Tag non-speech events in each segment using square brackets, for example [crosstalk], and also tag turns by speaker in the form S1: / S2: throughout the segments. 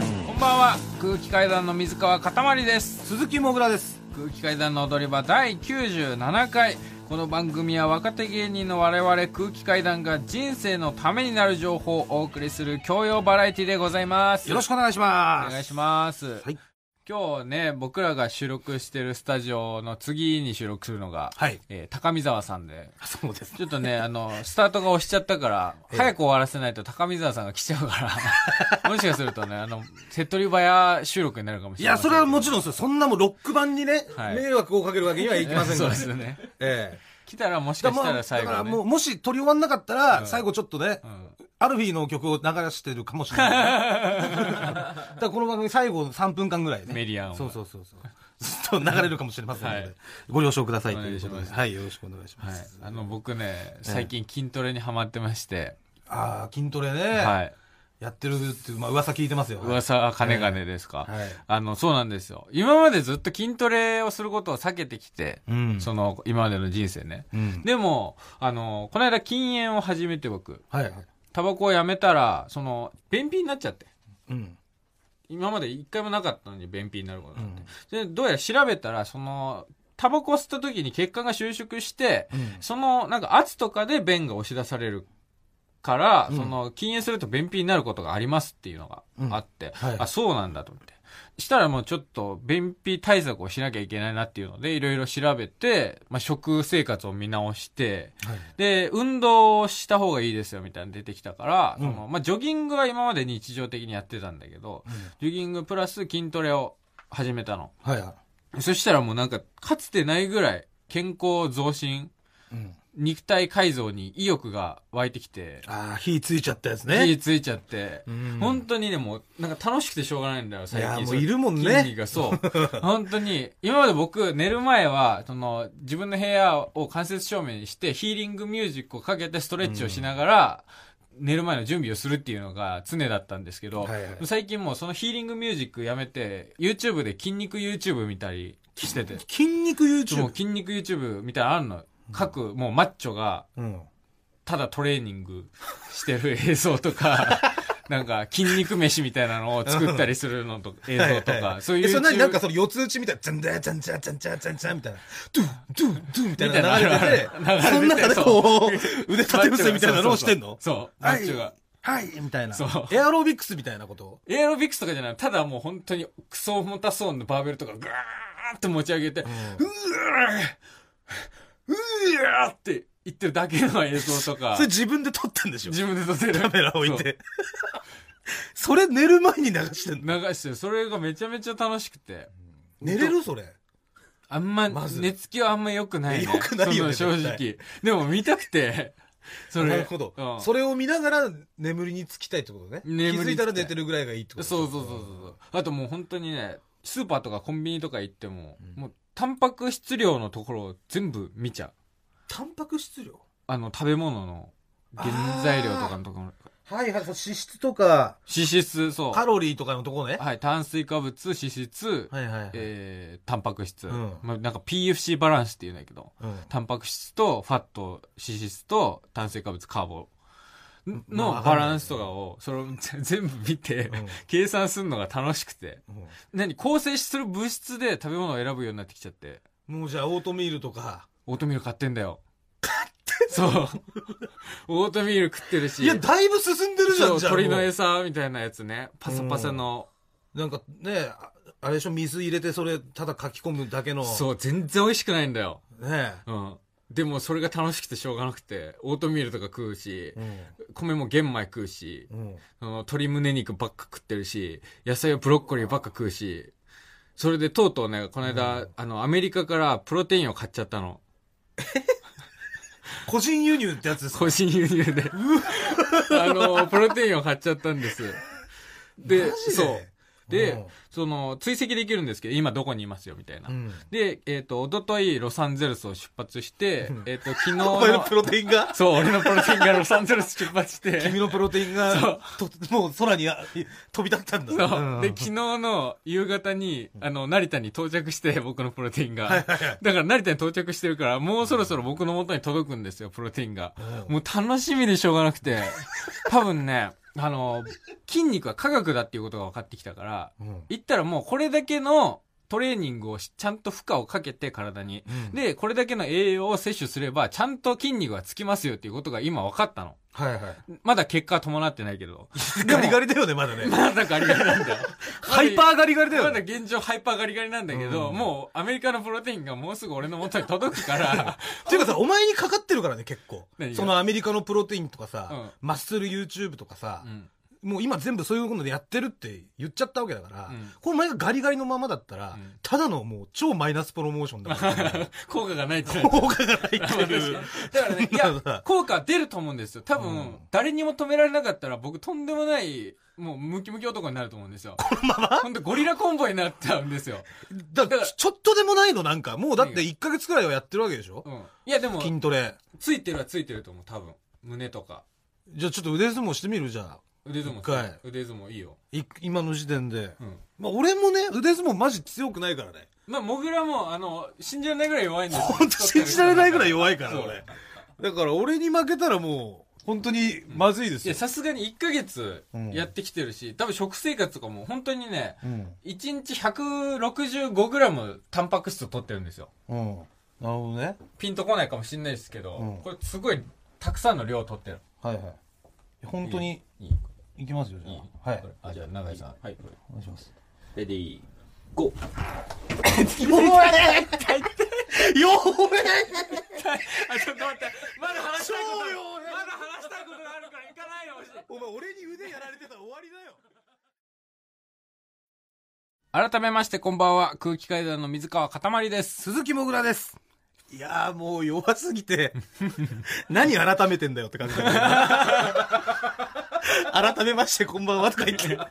S1: んばんは空気階段の水川かたまりです
S2: 鈴木もぐらです
S1: 空気階段の踊り場第97回この番組は若手芸人の我々空気階段が人生のためになる情報をお送りする教養バラエティでございます
S2: よろし
S1: く
S2: くお願いし
S1: お
S2: ます
S1: 願いします、
S2: はい
S1: 今日ね僕らが収録してるスタジオの次に収録するのが、
S2: はい
S1: えー高見沢さんで
S2: そうです
S1: ちょっと
S2: [laughs]
S1: ね、あの、スタートが押しちゃったから、
S2: ええ
S1: 早く終わらせないと高見沢さんが来ちゃうから、 [laughs] もしかするとね、あの、手っ取り早収録になるかもし
S2: い
S1: れない。
S2: やそれはもちろんですよそんなもうロック版にね、
S1: はい
S2: 迷惑をかけるわけにはいきません
S1: そ
S2: か
S1: う
S2: ら
S1: で
S2: ね
S1: すよね。
S2: ええ
S1: 来たらもし
S2: だ
S1: か
S2: か
S1: したら
S2: らまあだ
S1: 最後、ね。
S2: からもうもし撮り終わんなかったら、
S1: うん
S2: 最後ちょっとね、
S1: うん
S2: アルフィーの曲を流してるかもしれない。
S1: [laughs]
S2: だからこの番組最後の3分間ぐらいね。
S1: メリアンを
S2: そうそうそうそう。ずっと流れるかもしれませんので、
S1: はい
S2: ご了承くださいということ
S1: お願い
S2: で。
S1: します
S2: はい、よろしくお願いしま
S1: はい
S2: す。。
S1: あの、僕ね、最近筋トレにハマってまして、
S2: ああ、筋トレね、
S1: はい。
S2: やってるっていう、まあ噂聞いてますよ。
S1: 噂は金金ですか。
S2: はい。
S1: あの、そうなんですよ。今までずっと筋トレをすることを避けてきて、
S2: うん。
S1: その、今までの人生ね。
S2: うん。
S1: でも、あの、この間禁煙を始めて僕、
S2: はいはい。
S1: タバコをやめたら、その、便秘になっちゃって。
S2: うん。
S1: 今まで一回もなかったのに便秘になること
S2: う
S1: になっ
S2: ん
S1: て。で、どうやら調べたら、その、タバコを吸った時に血管が収縮して、
S2: うん
S1: その、なんか圧とかで便が押し出されるから、
S2: うん
S1: その、禁煙すると便秘になることがありますっていうのがあって、
S2: はい
S1: あ、そうなんだと思って。したらもうちょっと便秘対策をしなきゃいけないなっていうので、いろいろ調べて、まあ、食生活を見直して、
S2: はい
S1: で、運動をした方がいいですよみたいなの出てきたから、
S2: うん
S1: そのまあ、ジョギングは今まで日常的にやってたんだけど、ジョギングプラス筋トレを始めたの。
S2: はいは
S1: そしたらもうなんか、かつてないぐらい健康増進、
S2: い。うん。
S1: 肉体改造に意欲が湧いてきて、
S2: ああ、火ついちゃったやつ
S1: 火
S2: ね。
S1: ついちゃって、
S2: うん
S1: 本当にね、もう、なんか楽しくてしょうがないんだよ、最
S2: いや
S1: 近。
S2: もういるもんね
S1: 筋肉が、そう。 [laughs] 本当に、今まで僕、寝る前は、その、自分の部屋を間接照明にして、ヒーリングミュージックをかけてストレッチをしながら、寝る前の準備をするっていうのが常だったんですけど、
S2: はいはい
S1: 最近もうそのヒーリングミュージックやめて、YouTube で筋肉 YouTube 見たりしてて、
S2: 筋肉
S1: もう
S2: YouTube。
S1: 筋肉 YouTube みたいなのあるの。各、もうマッチョが、
S2: うん。
S1: ただトレーニングしてる映像と
S2: [laughs]
S1: か、なんか筋肉飯みたいなのを作ったりするのと、映像と
S2: はいは
S1: か、
S2: い
S1: そういう
S2: えそれ何
S1: YouTube
S2: なんかその四つ打ちみたいな、ちゃんちゃんちゃんちゃんちゃんちゃんちゃんちゃんみたいな、ドゥン、ドゥン、ドゥンみたいなの流れてて
S1: みたいな、
S2: そ
S1: 流れて
S2: の
S1: て
S2: 中でこう、腕立て伏せみたいなのをしてんの
S1: そう、マ
S2: はい
S1: ッチョが。
S2: はい、みたいな
S1: そう。
S2: エアロビクスみたいなこと
S1: エアロビクスとかじゃない、ただもう本当にクソ重たそうなバーベルとかぐーっと持ち上げて、うーうーって言ってるだけの映像とか
S2: それ、自分で撮ったんでしょ
S1: 自分で撮ってる。
S2: カメラ置いて。それ寝る前に流してんの
S1: そう。流してる、それがめちゃめちゃ楽しくて。
S2: 寝れるそれ。
S1: あんま、
S2: まず
S1: 寝つきはあんま良くない、ね。
S2: 良くないよね
S1: その
S2: 絶
S1: 正
S2: 対
S1: 直。でも見たく
S2: [laughs]
S1: て、それ。
S2: なるほど、
S1: うん
S2: それを見ながら眠りにつきたいってことね。気
S1: 眠りにつきたい
S2: づいたら寝てるぐらいがいいってこと
S1: そうそうそうそう。あともう本当にね、スーパーとかコンビニとか行っても、もう、タンパク質量のところを全部見ちゃう。
S2: タンパク質量
S1: あの、食べ物の原材料とかのところ。
S2: はいはい、そう脂質とか、
S1: 脂質、そう。
S2: カロリーとかのとこね。
S1: はい、炭水化物、脂質、
S2: はいはい、はい。
S1: えー、タンパク質。
S2: うん
S1: まあ、なんか PFC バランスって言うんだけど。
S2: うん
S1: タンパク質とファット脂質と炭水化物カーボン
S2: ま
S1: の
S2: あ
S1: バランスとかをそれを全部見て、
S2: うん
S1: 計算するのが楽しくて
S2: うん
S1: 何構成する物質で食べ物を選ぶようになってきちゃって
S2: もうじゃあオートミールとか。
S1: オートミール買ってんだよ買ってそうオートミール食ってるし
S2: いや、だいぶ進んでるじゃ
S1: そ
S2: ん、
S1: う
S2: じゃあ。
S1: 鳥の
S2: もう
S1: 餌みたいなやつねパサパサの、
S2: なんかね、ああれでしょ、水入れてそれ、ただ書き込むだけの。
S1: そう全然美味しくないんだよ、
S2: う。ね
S1: うん、でもそれが楽しくてしょうがなくてオートミールとか食うし
S2: え。
S1: 米も玄米食うし
S2: うん。うん。
S1: あの、鶏胸肉ばっか食ってるし、野菜はブロッコリーばっか食うし、それでとうとうね、この間、あの、アメリカからプロテインを買っちゃったの。
S2: 個人輸入ってやつですか
S1: 個人輸入で。 [laughs] あの、プロテインを買っちゃったんです。で、
S2: マジで
S1: そう。で、
S2: うん
S1: その、追跡できるんですけど、今どこにいますよ、みたいな。
S2: うん。
S1: で、えっ、と、おととい、ロサンゼルスを出発して、えっ、と、昨日の [laughs]
S2: お前のプロテインが
S1: そう、俺のプロテインがロサンゼルス出発して、
S2: [laughs] 君のプロテインが、ともう空にあ飛び立ったんだ。
S1: そう。
S2: ん
S1: で、昨日の夕方に、あの、成田に到着して、 [laughs] 僕のプロテインが。だから成田に到着してるから、もうそろそろ僕の元に届くんですよ、プロテインが。
S2: うん
S1: もう楽しみでしょうがなくて。多分ね、あの、筋肉は科学だっていうことが分かってきたから、
S2: うん
S1: 言ったらもうこれだけのトレーニングをしちゃんと負荷をかけて体に。
S2: うん
S1: で、これだけの栄養を摂取すれば、ちゃんと筋肉がつきますよっていうことが今分かったの。
S2: はいはい。
S1: まだ結果は伴ってないけど。 [laughs]
S2: ガリガリだよね、まだね。
S1: まだガリガリなんだよ。
S2: ハイパーガリガリ
S1: [laughs]
S2: だ
S1: ま
S2: よ
S1: だ
S2: ね。
S1: 現状ハイパーガリガリなんだけど、
S2: うん
S1: もうアメリカのプロテインがもうすぐ俺の元に届く
S2: [laughs]
S1: から、
S2: っていうかさ、お前にかかってるからね、結構
S1: 何。が
S2: そのアメリカのプロテインとかさ、マッスル YouTube とかさ
S1: う、ん
S2: もう今全部そういうことでやってるって言っちゃったわけだから、
S1: うん
S2: これお前がガリガリのままだったら、
S1: うん
S2: ただのもう超マイナスプロモーショ
S1: [laughs]
S2: ンだから、
S1: 効果がないってなる
S2: 効果がないって [laughs] いう。
S1: だからね、い
S2: だから
S1: や、効果は出ると思うんですよ。多
S2: う
S1: 分
S2: ん、
S1: 誰にも止められなかったら、僕とんでもない、もうムキムキ男になると思うんですよ。このままほんとゴリラコンボになっちゃうんですよ。
S2: だ
S1: だから
S2: ちょっとでもないのなんか、もうだって1ヶ月くらいはやってるわけでしょ
S1: うん。いや、でも、
S2: 筋トレ。
S1: ついてるはついてると思う、多分。胸とか。
S2: じゃあちょっと腕相撲してみるじゃあ。
S1: 腕相撲
S2: 一回。
S1: 腕相撲いいよ。
S2: い今の時点で。
S1: うん。
S2: まあ俺もね、腕相撲マジ強くないからね。
S1: まあ、モグラも、あの、信じられないぐらい弱いんですよ。
S2: 本当信じられないぐらい弱いから、
S1: そう
S2: 俺。だから俺に負けたらもう、本当にまずいで
S1: い
S2: す
S1: や、
S2: よ。
S1: さすがに1ヶ月
S2: うん
S1: やってきてるし、多分食生活とかも本当にね、
S2: うん。
S1: 1日 165g タンパク質を取ってるんですよ。
S2: うん。なるほどね。
S1: ピンとこないかもしれないですけど、
S2: うん
S1: これすごいたくさんの量を取ってる。
S2: はいはい。本当に、
S1: いい
S2: いきますよ、じ
S1: いい
S2: ゃあ。はい
S1: こ。れあ、じゃあ、長井さん。はい。
S2: お願いします。
S3: レディー、
S1: [laughs]
S3: ゴ
S2: 弱え弱
S1: あ、
S2: え
S1: ちょっと待って。まだ話したいことあるまだ
S2: そうよ。
S1: 話したいことがあるから行かないでほしい。
S2: お前俺に腕やられてたら終わりだよ。
S1: 改めまして、こんばんは。空気階段の水川かたまりです。
S2: 鈴木もぐらです。いやーもう弱すぎて、 [laughs] 何改めてんだよって感じだね [laughs] 改めましてこんばんはとか言って、
S1: 改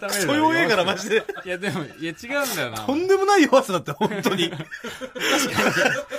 S1: め
S2: クソ弱えからマジで。
S1: いや、でも、いや、違うんだよな。
S2: とんでもない弱さだった、本当に。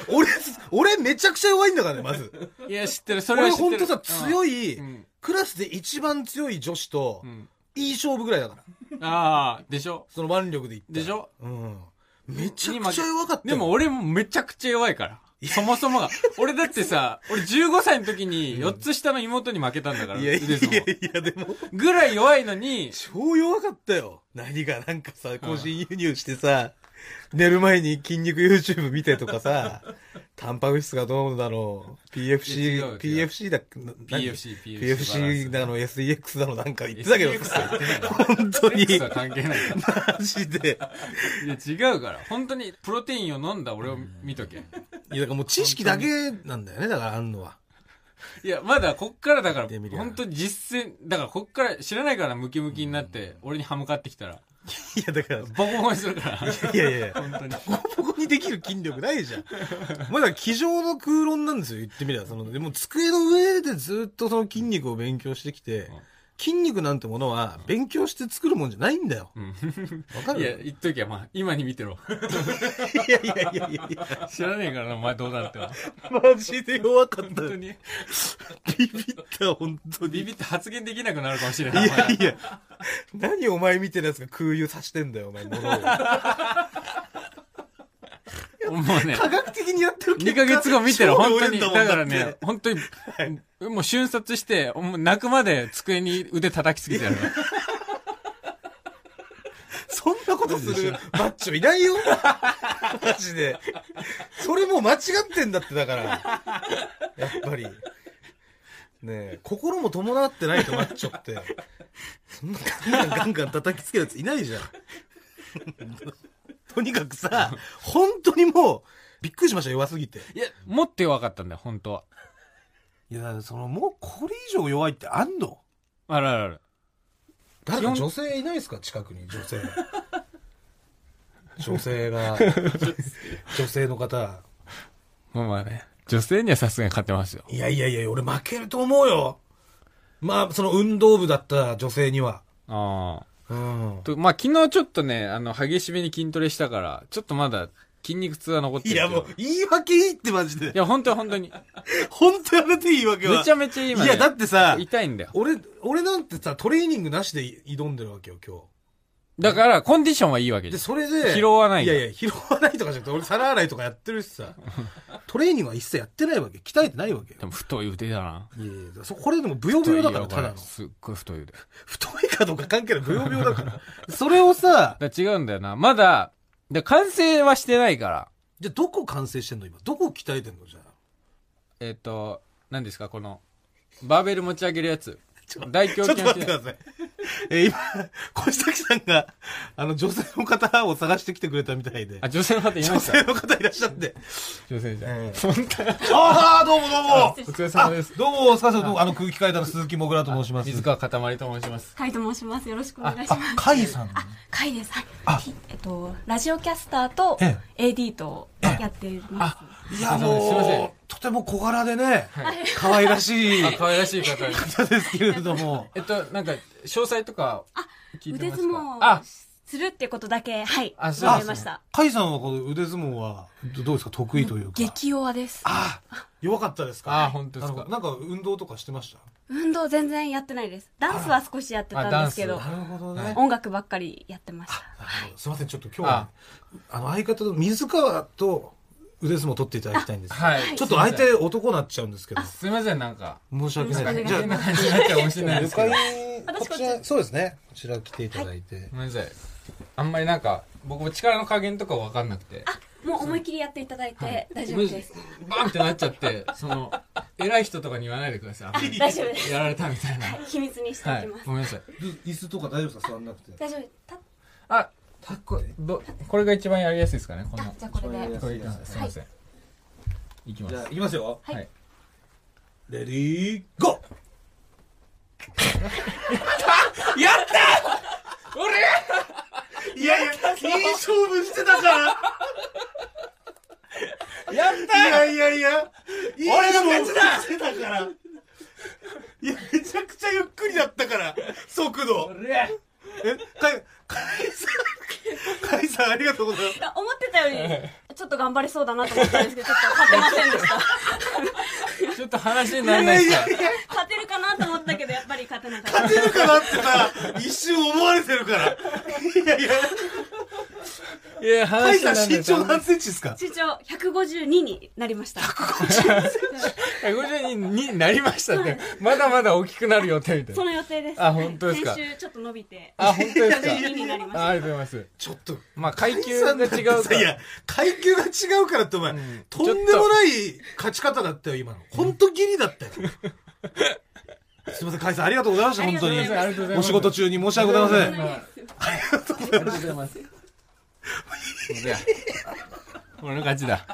S2: 俺、俺めちゃくちゃ弱いんだからね、まず。
S1: いや、知ってる。それ
S2: 俺
S1: は知ってる。
S2: 本当さ、強
S1: い。
S2: い、
S1: うん。
S2: クラスで一番強い女子と
S1: う、ん。
S2: いい勝負ぐらいだから。
S1: ああ、でしょ
S2: その腕力で言ったら
S1: でしょ
S2: うん。めちゃくちゃ弱かった
S1: で
S2: よ。
S1: も俺もめちゃくちゃ弱いから。そもそもが。俺だってさ、俺15歳の時に4つ下の妹に負けたんだから。
S2: いやい
S1: 腕
S2: やい
S1: 相
S2: や
S1: 撲
S2: いや、でも、
S1: ぐらい弱いのに、
S2: 超弱かったよ。何がなんかさ、個人輸入してさ、寝る前に筋肉 YouTube 見てとかさ、タンパク質がどうだろう、
S1: いや違う違
S2: PFC、
S1: う
S2: PFC だっけな何
S1: PFC、
S2: PFC
S1: バラ
S2: だ
S1: ン
S2: の、SEX だの、なんか言って
S1: ス
S2: たけど
S1: SDX
S2: さ
S1: は、言ってない
S2: 本当に、
S1: SDX は関係ないか
S2: マジで。
S1: ら。いや、違うから。本当に、プロテインを飲んだ俺を見とけ。
S2: いや、だからもう知識だけなんだよね、だからあんのは。
S1: いや、まだこっからだから、
S2: デミリアン
S1: 本当に実践、だからこっから知らないからムキムキになって、俺に歯向かってきたら、
S2: いや、だから、
S1: ボコボコにする
S2: [laughs]
S1: から。
S2: いやいやいや。
S1: 本当に。
S2: ボコボコにできる筋力ないじゃん。まだ机上の空論なんですよ、言ってみれば。その、でも机の上でずっとその筋肉を勉強してきて、筋肉なんてものは勉強して作るもんじゃないんだよ。わかる
S1: いや、言っときゃ、まあ、今に見てろ。
S2: いやいやいやいやいや、
S1: [laughs] 知らねえからな、お前どうなっても。
S2: マジで弱かった
S1: 本当
S2: よ。
S1: に。
S2: ビビった、本当に。
S1: ビビって発言できなくなるかもしれ
S2: い
S1: ない。
S2: やいや、何お前みたいなやつが空輸さしてんだよ、お前。
S1: [laughs]
S2: 物を
S1: お前もうね、
S2: 科学的にやってる
S1: 2
S2: 結
S1: ヶ
S2: 果
S1: 月後見てろ、本当に。
S2: 超
S1: だ
S2: 弱えんもん
S1: から
S2: だっ
S1: ね
S2: て、
S1: 本当に、もう瞬殺して、もう泣くまで机に腕叩きつけてやる。
S2: そんなことするマッチョいないよ。マジで。それもう間違ってんだって、だから。やっぱり。ねえ、心も伴ってないとマッチョって。そんなガンガンガンガン叩きつけるやついないじゃん。とにかくさ、本当にもう、びっくりしました、弱すぎて。
S1: いや、 [laughs] もっと弱かったんだよ、本当は。
S2: いや、その、もうこれ以上弱いってあんの
S1: あるあるある。
S2: 誰
S1: か
S2: か
S1: 女
S2: 女性いないですか近くに女
S1: [laughs]
S2: 性女性が女性の方
S1: まあまあね、女性にはさすがに勝てますよ。
S2: いやいやいや俺負けると思うよまあその運動部だった女性には
S1: あ
S2: うん
S1: あ。と、まあ昨日ちょっとね、あの、激しめに筋トレしたから、ちょっとまだ筋肉痛が残ってる
S2: い
S1: けど。
S2: やもう言い訳いいってマジで
S1: いや、本当に本当に。
S2: 本当やめて言い訳は
S1: めちゃめちゃ今、
S2: い
S1: ね、
S2: やだってさ
S1: 痛いんだよ。
S2: 俺俺なんてさトレーニングなしで挑んでるわけよ今
S1: だから、コンディションはいいわけ
S2: で、
S1: です。
S2: それで。
S1: 拾わないん
S2: い
S1: だ
S2: やいや、拾わないとかじゃなくて、俺皿洗いとかやってるし
S1: [laughs]
S2: さ。トレーニングは一切やってないわけ。鍛えてないわけよ
S1: で。も、太い腕だな。
S2: いやいや、そこれでもブヨブヨだから、
S1: 太
S2: た
S1: いよ
S2: だ
S1: こ
S2: の
S1: れ。すっごい太い腕。だか
S2: 太いかどうか関係ない。ブヨブヨだから。それをさ、
S1: ら違うんだよな。まだ、で完成はしてないから。
S2: じゃあどこ完成してんの今。どこ鍛えてんのじゃあ。
S1: えっ、と、何ですか、この、バーベル持ち上げるやつ。大
S2: ちょ
S1: 胸
S2: っと
S1: 筋
S2: 待ってください。えー今、小崎さんが、あの、女性の方を探してきてくれたみたいで
S1: あ、。女性の方いま
S2: 女
S1: した
S2: 性。の方いらっしゃって。
S1: 女性じゃん。
S2: ええ
S1: そんな、
S2: ああ、どうもどうも
S1: お疲れ様です。
S2: どうも、お疲れ様どうも、あの、空気階段の鈴木もぐらと申します。
S1: 水川かたまりと申します。
S4: カイと申します。よろしくお願いしま
S2: あ
S4: す。、
S2: カイさん。
S4: カイです。はい。えっと、ラジオキャスターと
S2: え
S4: AD とやっています。
S2: い
S1: すい
S2: や、
S1: ません
S2: もう、とても小柄でね、可愛らしい
S1: あ、可愛らしい方に。
S2: 方ですけれども。
S1: えっと、なんか、詳細とか、聞いて
S4: 腕
S1: ますか
S4: 相撲
S1: あ
S4: を、するってことだけ、はい、
S1: あそう
S2: なん
S4: 思
S2: で
S4: い
S2: すね
S4: ました。
S2: カイさんはこの腕相撲は、どどうですか得意というか。
S4: 激弱です。
S2: ああ、弱かったですか
S1: あー本当ですか
S2: なるほどなんか運動とかしてまし
S4: 運動全然やってないです。ダンスは少しやってたんですけ
S1: あ
S4: ど
S2: た、なるほどね。
S4: 音楽ばっかりやってました。
S2: なるほどすいません、ちょっと今日は、あの、相方の水川と腕相撲取っていただきたいんです。
S1: はい。
S2: ちょっと相手男になっちゃうんですけど、
S1: すいません、なんか。
S2: 申し訳ないです。
S4: よろしくお願
S1: 変
S4: いし
S1: な
S4: ま
S1: 感じになっちゃうかもしれないですけど。
S2: 向こちら、そうですね。こちら来ていただいて
S1: ご。めんなさい。あんまりなんか、僕も力の加減とかわかんなくて。
S4: もう思い切りやっていただいて大丈夫です。
S1: バンってなっちゃって、その、偉い人とかに言わないでくださいあんまり。
S4: 大丈夫です。
S1: やられたみたいな。
S4: はい、秘密にしてお
S1: は
S4: き
S1: い
S4: ま。す。
S1: ごめんなさい。
S2: 椅子とか大丈夫ですか座んなくて。
S4: 大丈夫です。た
S1: あ、たこ、ど、これが一番やりやすいですかね、こ
S4: あ
S1: の。
S4: じゃあこれで。
S1: これいきます。すいません。いきま
S2: じ
S1: す
S2: ゃあ、。いきますよ。
S4: はい
S1: はい
S2: レディーゴー
S1: やった俺
S2: いやいや、いい勝負してたから
S1: や
S2: いやいやいや、いい
S1: 俺の勝ちだ
S2: 勝負してたから。いや、めちゃくちゃゆっくりだったから、速度。
S1: 俺
S2: え、かい、かいさん、かいさんありがとうございます。
S4: 思ってたより、ちょっと頑張れそうだなと思ったんですけど、ちょっと勝てませんでした。
S1: ちょっと話にならないですか
S4: 勝てるかなと思ったけど、やっぱり勝てなかった。
S2: 勝てるかなってさ、一瞬思われてるから。いやいや、
S1: いや、
S2: かい
S1: 話に
S2: さ
S1: ならない
S2: ん身長何センチですか
S4: 身長152になりました。
S1: ?50 人になりましたね。まだまだ大きくなる予定みたい
S4: そ
S1: な。
S4: の予定です。
S1: あ本当ですか
S4: 先週ちょっと伸びて、
S1: あ、本当ですか
S4: 152になりまし
S1: あ
S4: た。
S1: ありがとうございます。
S2: ちょっと。
S1: まあ、階級が違うか
S2: いや
S1: ら。、
S2: 階級が違うからってお前、
S1: うん
S2: とんでもない勝ち方だったよ、今の。ほんとギリだったよ。 [laughs] すいません、カイさんありがとうございました、本当
S4: あ
S2: に
S4: り
S1: あり
S4: がとうございます。
S1: がとうござい
S2: お
S1: ます。
S2: 仕事中に申し訳ございません。
S1: ありがとうございます。俺の勝ちだ。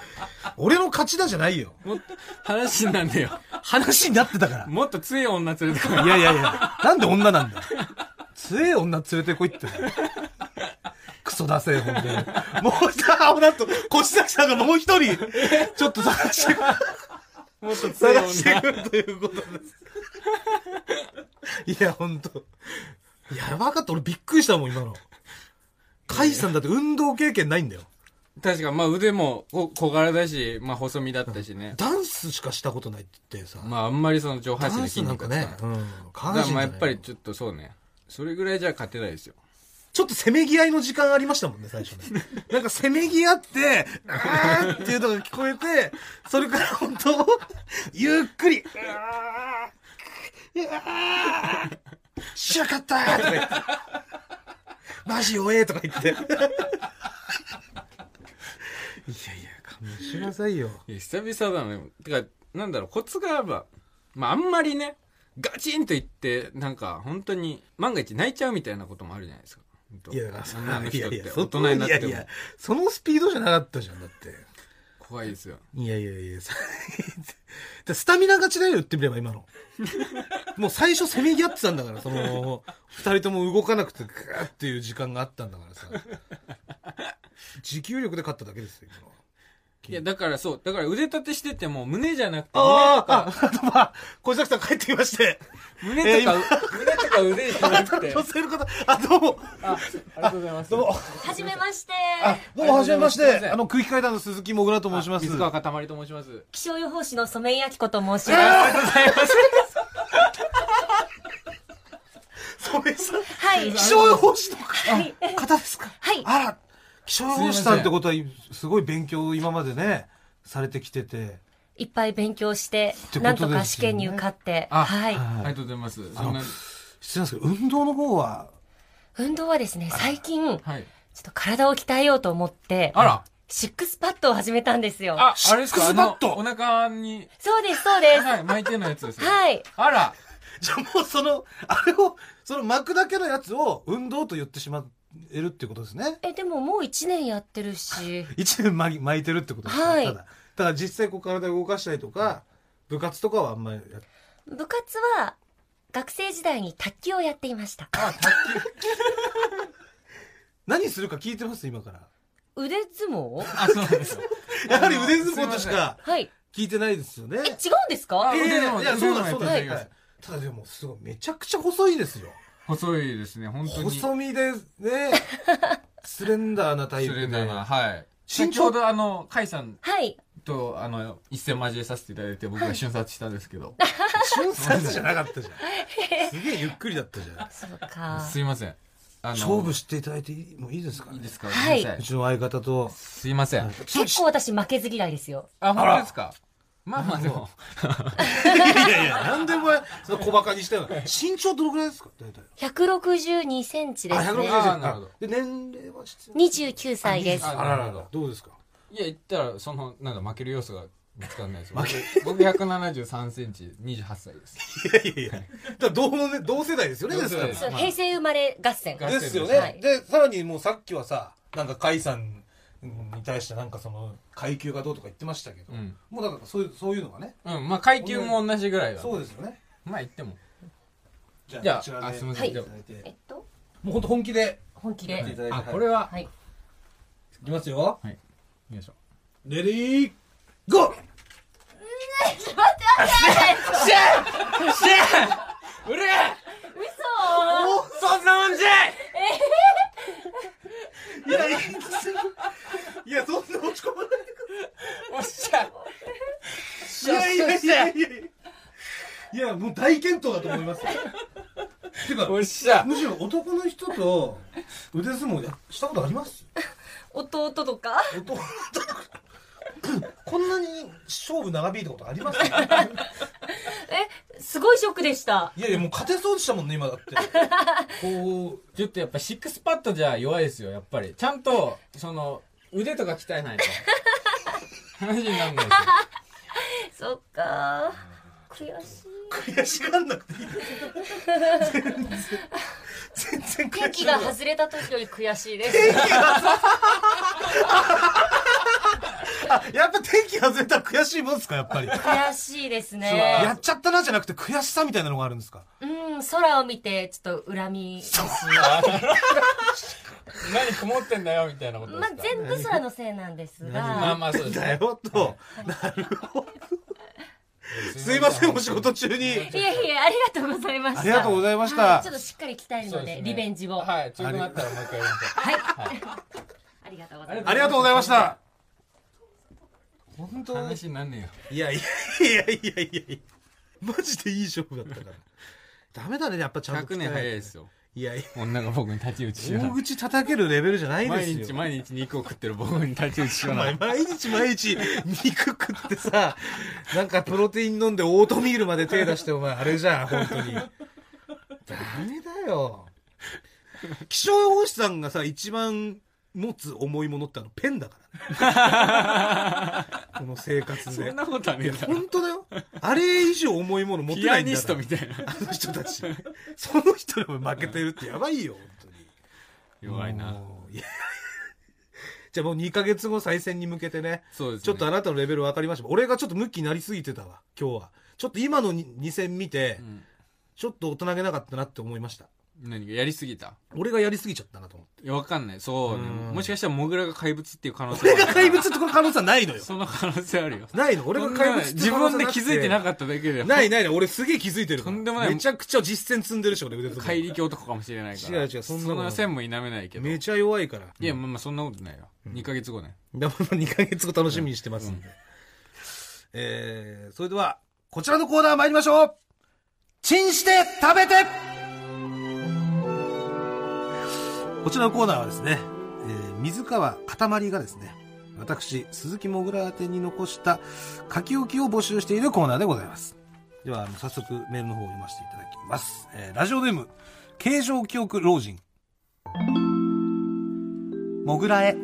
S2: 俺の勝ちだじゃないよ。
S1: もっと、話になんだよ。
S2: 話になってたか
S1: もっと強い女連れてこい。
S2: ら。いやいやいや、なんで女なんだよ。強え女連れてこいって。クソだせえ、ほんとに。もうさ、なんと、越崎さんがもう一人、ちょっと探してく
S1: もっと強い
S2: 探して
S1: 女。
S2: くるということです。いや、ほんと。やばかった。俺びっくりしたもん、今の。カイさんだって運動経験ないんだよ。
S1: 確か、まあ腕もこ小柄だし、まあ細身だったしね。
S2: ダンスしかしたことないって言ってさ。
S1: まああんまりその上
S2: ダ
S1: 半身の
S2: ンス
S1: 筋
S2: なん
S1: 肉
S2: か
S1: が使わない。
S2: ねうん。
S1: だ
S2: 下
S1: か
S2: 半身
S1: ら
S2: じゃ
S1: まあ
S2: ない
S1: やっぱりちょっとそうね。それぐらいじゃ勝てないですよ。
S2: ちょっとせめぎ合いの時間ありましたもんね、最初
S1: [laughs]
S2: ね。なんかせめぎ合って、あーっていうのが聞こえて、それから本当、ゆっくり、あー、あー、しやかったーとか言って、マジ弱えとか言って。いやいや、勘弁しなさいよ。
S1: いや久々だね。てか、なんだろう、コツがあれば、まああんまりね、ガチンと言って、なんか本当に、万が一泣いちゃうみたいなこともあるじゃないですか。本当
S2: いや、だからそ
S1: 女の人っ
S2: いや
S1: て
S2: いや、
S1: 大人になって
S2: いやい
S1: も
S2: や、そのスピードじゃなかったじゃん、だって。
S1: 怖いですよ。
S2: いやいやいや、さ [laughs] でスタミナ勝ちだよ、言ってみれば、
S1: [laughs]
S2: 今の。もう最初攻めぎ合ってたんだから、その、二人とも動かなくて、グーっていう時間があったんだからさ。持久力で勝っただけですよ、今のは。
S1: いや、だからそう、だから腕立てしてても胸じゃなくて、
S2: ああ、あ、あとまあ、小崎さん帰ってきまして。
S1: 胸とか、胸とか腕じゃな
S2: [laughs]
S1: くて。
S2: 女性の方、あ、どうも。
S1: あ、ありがとうございます。
S2: どうも。
S4: はじめまして。
S2: あ、どうも、はじめまし
S1: すいま
S2: て。
S1: せん
S2: あの、空気階段の鈴木もぐらと申します。
S1: 水川かたまりと申し
S2: [laughs]
S1: ます。
S5: 気象予報士の染井明子と申します。
S2: それさ、
S4: はい。
S2: 気象予報士の
S4: はい。
S2: 方ですか
S4: はい
S2: あら、気象予報士さんってことは、すごい勉強を今までね、されてきてて。
S5: いっぱい勉強して
S2: てことですよ、ね
S5: なんとか試験に受かって、
S1: あ
S5: はい。
S1: あり
S2: は
S1: が
S2: い
S1: とうございます。
S2: あ
S1: そん
S2: の
S1: な、
S2: 失礼なんですけど、運動の方は、
S5: 運動はですね、最近、ちょっ
S1: はい。
S5: と体を鍛えようと思って、
S1: あら。
S5: シックスパッドを始めたんですよ。
S1: あ、
S2: シ
S1: あれで
S2: ッ
S1: す
S2: ク
S1: かあ
S2: スパ
S1: の
S2: ッド、
S1: お腹に、
S5: そうです、そうです。
S1: はい、巻いてのやつ [laughs] ですね。
S5: はい。
S1: あら。
S2: じゃあもうその、あれを、その巻くだけのやつを運動と言ってしまえるってことですね。
S5: え、でももう一年やってるし、
S2: 一年巻き巻いてるってことですね。
S5: はい
S2: ただ、ただ実際こう体を動かしたりとか、部活とかはあんまりやっ
S5: 部活は、学生時代に卓球をやっていました。
S2: 何するか聞いてます今から。
S5: 腕相撲
S1: あ、そうなんですよ。
S2: [laughs] やはり腕相撲としか
S5: はい。
S2: 聞いてないですよね。
S5: え、違うんですか
S1: あ
S2: いやいやいや
S1: 腕相撲
S2: いや、そうだ
S1: 腕相
S2: そう
S1: 撲や
S2: だ。は
S1: って
S2: い
S1: みてくだ
S2: は
S1: さい
S2: いただでも、すごい、めちゃくちゃ細いですよ。
S1: 細いですね、本当に。
S2: 細身 [laughs] で、ね。スレンダーなタイ
S1: ス
S2: プ
S1: レ
S2: で。
S1: ンダーな、はい。
S2: 身長
S1: 先ほどあの、カイさん
S5: はい。
S1: と、あの、一戦交えさせていただいて、僕が瞬殺したんですけ
S2: [laughs]
S1: ど。
S2: 瞬殺じゃなかったじゃん。すげえゆっくりだったじゃん。
S5: そうか。
S1: すいません。あの
S2: 勝負していただいていいもういいですか
S1: いい
S2: ね
S1: ですか
S5: はい
S1: ごめんな
S2: う
S1: さ
S2: ちの相方と。
S1: すいません。
S5: 結構私負けず嫌いですよ。
S1: あ、本当ですかまあまあでも、
S2: いやいやいや、なんでお前、その小馬鹿にしたような。 [laughs] 身長どのくらいですか大体。
S5: 162センチで
S2: あ、
S5: す
S2: 160
S5: ね
S2: セン。チ。
S1: あなるほど
S2: あで、年齢は必要
S5: 29歳です。
S1: あ
S2: あららら、どうですか
S1: いや、言ったら、その、なんだ、負ける要素が見つかんないです。
S2: 負
S1: 僕僕173センチ、28歳です。
S2: いやいやいや。だから同年同世代ですよね、
S1: 同
S2: で
S1: 世
S2: す
S1: 代
S2: から。
S1: です
S5: そう平成生まれ合戦。
S1: 合戦
S2: ですよ
S5: は
S2: ね
S5: い。
S2: で、さらにもうさっきはさ、なんか甲さんに対してなんかその、階級がどうとか言ってましたけど、
S1: うん
S2: もうだからそういう、そういうのがね。
S1: うん、まあ階級も同じぐらいだ。
S2: そうですよね。
S1: まあ言っても。
S2: じ
S1: じゃあ
S2: こちら
S1: あ
S2: です
S1: いません
S2: はい
S1: じゃ
S2: た
S1: あ
S2: だいて
S5: えっと、
S2: もう本当本気で
S5: 本気
S2: やってい
S5: で。
S2: ただいて。
S1: あ、
S2: はい
S1: これは、
S5: はい。
S2: いきますよ。
S1: よいしょ。
S2: レディー、ゴー
S1: うれ
S4: 嘘
S1: そんなもんじゃい
S2: いや、いやいや、そんな落ち込まないでく
S1: おっしゃ
S2: ださい。いやいやいやいやいや。いや、もう大健闘だと思います
S1: [laughs]
S2: よ。てか、
S1: おっしゃ
S2: むしろ男の人と腕相撲やしたことあります
S4: 弟とか
S2: 男の人と [laughs] こんなに勝負 [laughs] 長引いたことあります
S4: え、すごいショックでした。
S2: いやいや、もう勝てそうでしたもんね、今だって。 [laughs] こ
S1: ちょっとやっぱシックスパッドじゃ弱いですよ、やっぱり。ちゃんと、その、腕とか鍛え
S5: [laughs]
S1: ないと。話になんないですよ。
S5: そっか。悔しい。
S2: う、悔しがんなくてい [laughs] い。 [laughs] 全然、全然悔し
S5: 天気
S2: が
S5: が
S2: んない。
S5: 外れた時より悔しいです。
S2: あ、やっぱ天気外れたら悔しいもんですか、やっぱり。[laughs]
S5: [laughs] 悔しいです
S2: や
S5: ね。
S2: っちゃったなじゃなくて悔しさみたいなのがあるんですか
S5: うん、空を見て、ちょっと恨みです。
S1: 何曇ってんだよ、みたいなことで
S5: まあ
S1: すか、
S5: 全部空のせいなんです
S1: まあ
S5: が、
S1: まあそうです
S2: だ
S1: ね。
S2: よと。すいません、お仕事中に。
S5: いえいえ、ありがとうございました。
S2: ありがとうございまし
S5: はい
S2: た
S5: ちょ。っとしっかり鍛える
S1: そう
S5: の
S1: です
S5: で、
S1: ね
S5: リベンジを。あ
S1: はい、強くなったらもう一回やりましょ
S5: りがとうございます。
S1: う。
S2: ありがとうございました。本当に
S1: 話になんねえよ。
S2: いやいやいやいやいやいや。マジでいい勝負だったから。ダメだね、やっぱちゃんと。
S1: 100年早いで。すよ。
S2: いやいや、
S1: 女が僕に立ち打ちしよ
S2: 大
S1: う。
S2: 口叩けるレベルじゃないです
S1: 毎
S2: よ。
S1: 日毎日肉を食ってる僕に立ち打ちしよう
S2: お
S1: な
S2: 前。毎日毎日肉食ってさ、なんかプロテイン飲んでオートミールまで手出してお前あれじゃん、本当に。ダメだよ。気象予報士さんがさ、一番持つ重いものってあのペンだから、ね、この生活
S1: そ
S2: で
S1: ん。なことはねえだろ。
S2: 本当だよ。あれ以上重いもの持って
S1: ピ
S2: な
S1: ア
S2: いんだから。
S1: ニストみたいな。
S2: あの人たち。その人でも負けてるってやばいよ、本当に。
S1: 弱いな。
S2: もう。いやじゃあもう2ヶ月後再選に向けてね。
S1: そうですね。
S2: ちょっとあなたのレベル分かりました。俺がちょっとムキになりすぎてたわ、今日は。ちょっと今の2戦見て、
S1: うん
S2: ちょっと大人げなかったなって思いました。
S1: 何やりすぎた
S2: 俺がやりすぎちゃったなと思って。
S1: いや、わかんない。そうね。
S2: うん
S1: もしかしたら、モグラが怪物っていう可能性も
S2: 俺
S1: あ
S2: が
S1: る
S2: 怪物ってこの可能性はないのよ。
S1: その可能性あるよ。
S2: ないの俺が怪物って
S1: 自分で気づいてな
S2: か
S1: かっただけで、
S2: ないないない、俺すげえ気づいてるから。
S1: とんでもない
S2: めちゃくちゃ実践積んでるし、俺腕相撲
S1: 怪力男かもしれないから。
S2: 違う違うそ
S1: そ
S2: んなこと
S1: の線も否めないけど。
S2: め
S1: い
S2: ちゃ弱いから。
S1: や、まあまあ、そんなことないよ。2ヶ月後ね。
S2: だから2ヶ月後楽しみにしてますんで。えー、それでは、こちらのコーナー参りましょうチンして食べてこちらのコーナーはですね、えー水川かたまりがですね、私、鈴木もぐら宛てに残した書き置きを募集しているコーナーでございます。では、あの早速メールの方を読ませていただきます。えーラジオネーム、形状記憶老人。もぐらへ。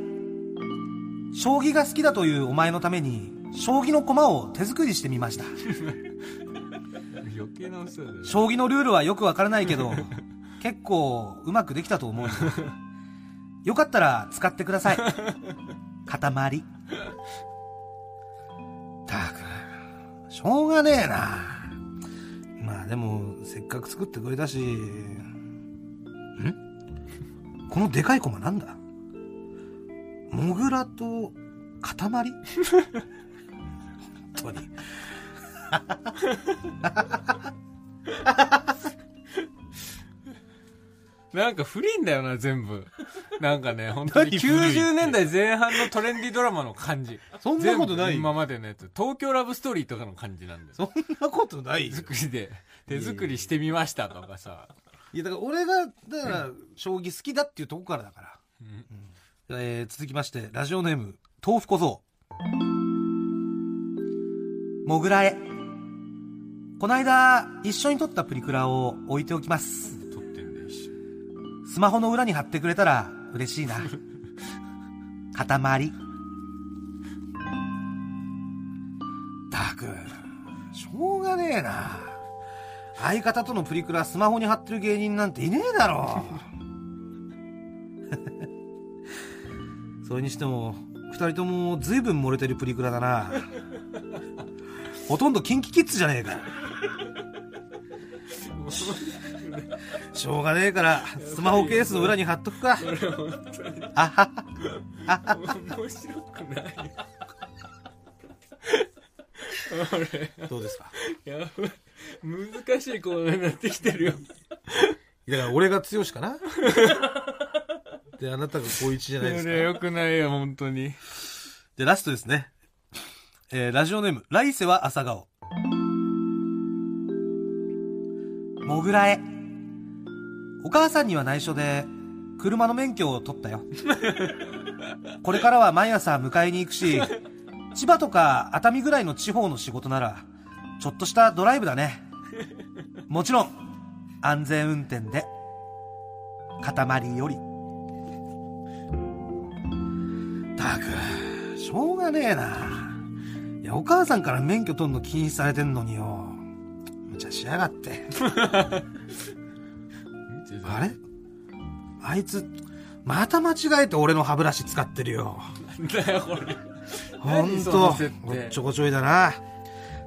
S2: 将棋が好きだというお前のために、将棋の駒を手作りしてみました。
S1: [laughs] 余計なお世話だよ
S2: 将棋のルールはよくわからないけど
S1: [laughs]
S2: 結構うまくできたと思うよよかったら使ってください塊たくしょうがねえなまあでもせっかく作ってくれたしんこのでかい駒なんだモグラと塊
S1: [laughs]
S2: 本当に
S1: なんか古いんだよな、全 [laughs] 部。なんかね、本当に
S2: 何古いって
S1: 90年代前半のトレンディドラマの感じ。
S2: そんなことない
S1: 全部今までのやつ。東京ラブストーリーとかの感じなんだよ。
S2: そんなことない
S1: 手作りで、手作りしてみましたとかさ。
S2: いやだから俺がだから将棋好きだっていうとこからだから、
S1: うん
S2: えー続きましてラジオネーム豆腐小僧もぐらへこないだ一緒に撮ったプリクラを置いておきます
S1: 撮ってんだよ、一緒に
S2: スマホの裏に貼ってくれたら嬉しいな塊たくしょうがねえな相方とのプリクラスマホに貼ってる芸人なんていねえだろそれにしても二人とも随分漏れてるプリクラだなほとんどキンキキッズじゃねえかしょうがねえからスマホケースの裏に貼っとくかあはは
S1: 面白くない。 [laughs]
S2: どうですか
S1: やばい。難しいコーナーになってきてるよ。
S2: だから俺が強しかなで、あなたが高一じゃ
S1: そ
S2: ないですか
S1: れ。良くないよ、本当に。
S2: で、ラストですね。えーラジオネーム、来世は朝顔。もぐらへ。お母さんには内緒で、車の免許を取った [laughs] よ。これからは毎朝迎えに行くし、千葉とか熱海ぐらいの地方の仕事なら、ちょっとしたドライブだね。もちろん、安全運転で。塊より。たく。しょうがねえないやお母さんから免許取るの禁止されてんのによ無茶しやがってあれあいつまた間違えて俺の歯ブラシ使ってるよ
S1: なんだよ、これ。
S2: ほん
S1: 何その
S2: と
S1: 設定
S2: おっちょこちょいだな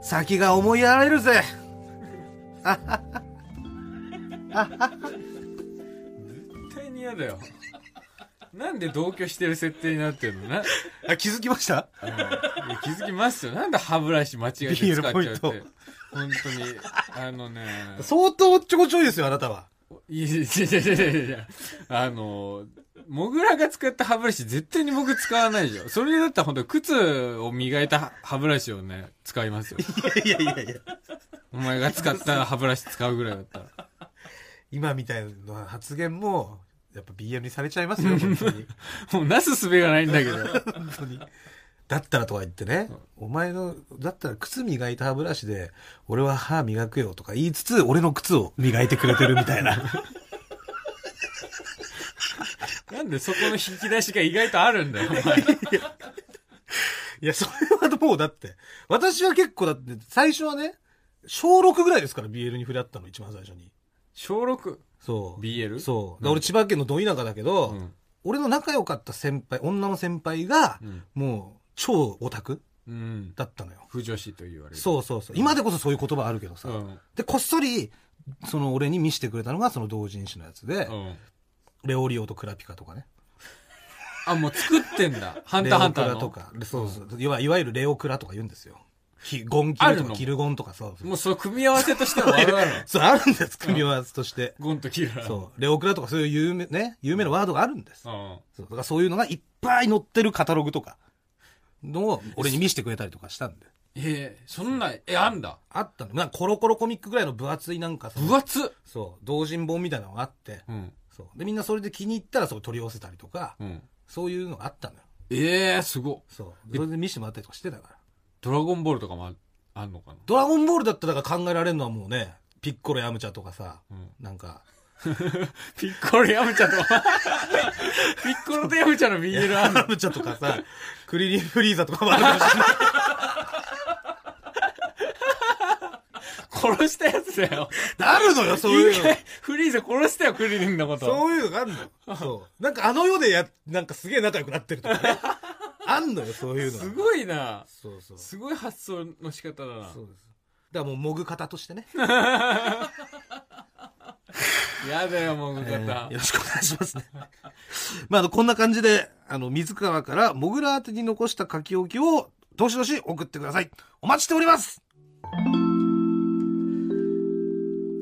S2: 先が思いやられるぜ
S1: 絶対に嫌だよ。 [laughs] なんで同居してる設定になってるのな、
S2: あ気づきました
S1: うんいや気づきますよ。なんで歯ブラシ間違えて使っちゃうっ
S2: ビール
S1: て
S2: ポイン。
S1: 本当に、あのね。
S2: 相当おっちょこちょいですよあなたはい
S1: やいや [laughs] いやいやいやいやあの、モグラが使った歯ブラシ絶対に僕使わないでしょ。それだったら本当靴を磨いた歯ブラシをね、使いますよ。
S2: いやいやいや
S1: お前が使った歯ブラシ使うぐらいだったら。
S2: 今みたいな発言もやっぱ BM にされちゃいますよ本当に
S1: もうなすすべがないんだけど。
S2: 本当に。だったらとか言ってね、お前の、だったら靴磨いた歯ブラシで、俺は歯磨くよとか言いつつ、俺の靴を磨いてくれてるみたいな。
S1: なんでそこの引き出しが意外とあるんだよ、お前。
S2: いや、それはもうだって、私は結構だって、最初はね、小6ぐらいですから、BL に触れ合ったの、一番最初に。
S1: 小 6?BL?
S2: そう。
S1: BL
S2: そう。
S1: う
S2: だ
S1: ん
S2: 俺千葉県のど田舎だけど、
S1: うん
S2: 俺の仲良かった先輩、女の先輩が、
S1: うん
S2: もう、超オタク
S1: うん。
S2: だったのよ。
S1: 不女子と言われる。
S2: そうそうそう。今でこそそういう言葉あるけどさ。
S1: うん。
S2: で、こっそり、その俺に見せてくれたのがその同人誌のやつで、
S1: うん。
S2: レオリオとクラピカとかね。
S1: あ、もう作ってん [laughs] だ。ハンターハンター
S2: レオ
S1: の。
S2: クラとか。そうそう。いわいわゆるレオクラとか言うんですよ。キゴンキ
S1: あ
S2: ル
S1: る
S2: と
S1: の
S2: かキルゴンとかそうそう。
S1: もうその組み合わせとしては悪いの。 [laughs]
S2: そう、あるんです、組み合わせとして。
S1: ゴンとキララ。
S2: そう。レオクラとかそういう有名、ね、有名なワードがあるんです。
S1: う。ん。
S2: そうだからそういうのがいっぱい載ってるカタログとかのを俺に見せてくれたりとかしたんで。
S1: ええそんな、え、あんだ。
S2: あったの。なんかコロコロコミックぐらいの分厚いなんかさ、
S1: 分厚っ
S2: そう、同人本みたいなのがあって、
S1: うん。
S2: そうでみんなそれで気に入ったらそこ取り寄せたりとか、
S1: うん。
S2: そういうのがあったのよ
S1: ええー、すごっ。
S2: そうそれで見せてもらったりとかしてたから
S1: ドラゴンボールとかもああんのかな
S2: ドラゴンボールだったらだから考えられるのはもうねピッコロやムチャとかさ、
S1: うん
S2: なんか
S1: [laughs] ピッコロヤムチャと。 [laughs] ピッコロとヤムチャの BL あんの
S2: ヤムチャとかさクリリンフリーザとかもあるかもしれない
S1: [laughs] 殺したやつだよ。
S2: なるのよそういう
S1: 一
S2: の
S1: 回フリーザ殺したよ、クリリンのこと。
S2: そういうのがあんのよそうなんかあの世でやなんかすげえ仲良くなってるとかねあんのよそういうのが
S1: すごいな。
S2: そうそう
S1: すごい発想の仕方だな
S2: そ。うですだからもうもぐ方としてね、
S1: やだよ、もう、方。
S2: えーよろしくお願いしますね [laughs] まああのこんな感じであの水川からもぐら宛てに残した書き置きをどしどし送ってくださいお待ちしております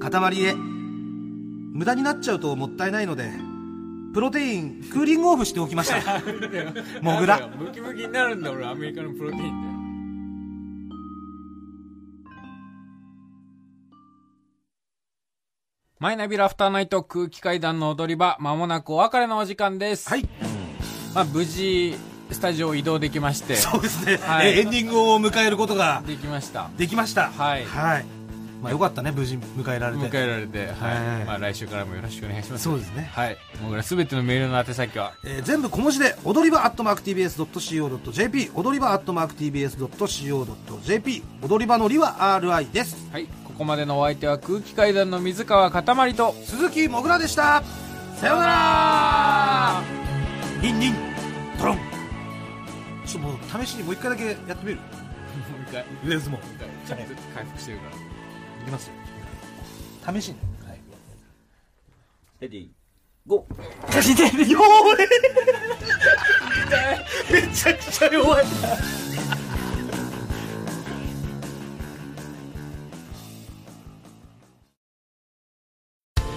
S2: 塊へ無駄になっちゃうともったいないのでプロテインクーリングオフしておきました
S1: [laughs]
S2: も
S1: なんだよ
S2: ぐら
S1: ムキムキになるんだ、俺、アメリカのプロテインで。マイナビラフターナイト空気階段の踊り場、まもなくお別れのお時間です。
S2: はい
S1: まあ、無事、スタジオ移動できまして、
S2: そうですね、
S1: はい
S2: えーエンディングを迎えることが
S1: できました。
S2: できました
S1: はい
S2: はいまあ、よかったね無事迎えられて
S1: 迎えられて、は。
S2: はいい
S1: まあ、来週からもよろしくお願いします。
S2: そうですね
S1: はい。もぐら、すべてのメールの宛先は、
S2: えー全部小文字で踊り場アットマーク TBS.CO.JP 踊り場アットマーク TBS.CO.JP 踊り場のりは RI です
S1: はい。ここまでのお相手は空気階段の水川かたまりと、
S2: 鈴木もぐらでしたさようならニンニントロンちょっともう試しにもう一回だけやってみる
S1: もう一回、も
S2: レズも
S1: う一回、ちゃんと回復してるから。
S2: いきますよ試しに
S6: レディーゴー
S2: 弱いめちゃくちゃ弱い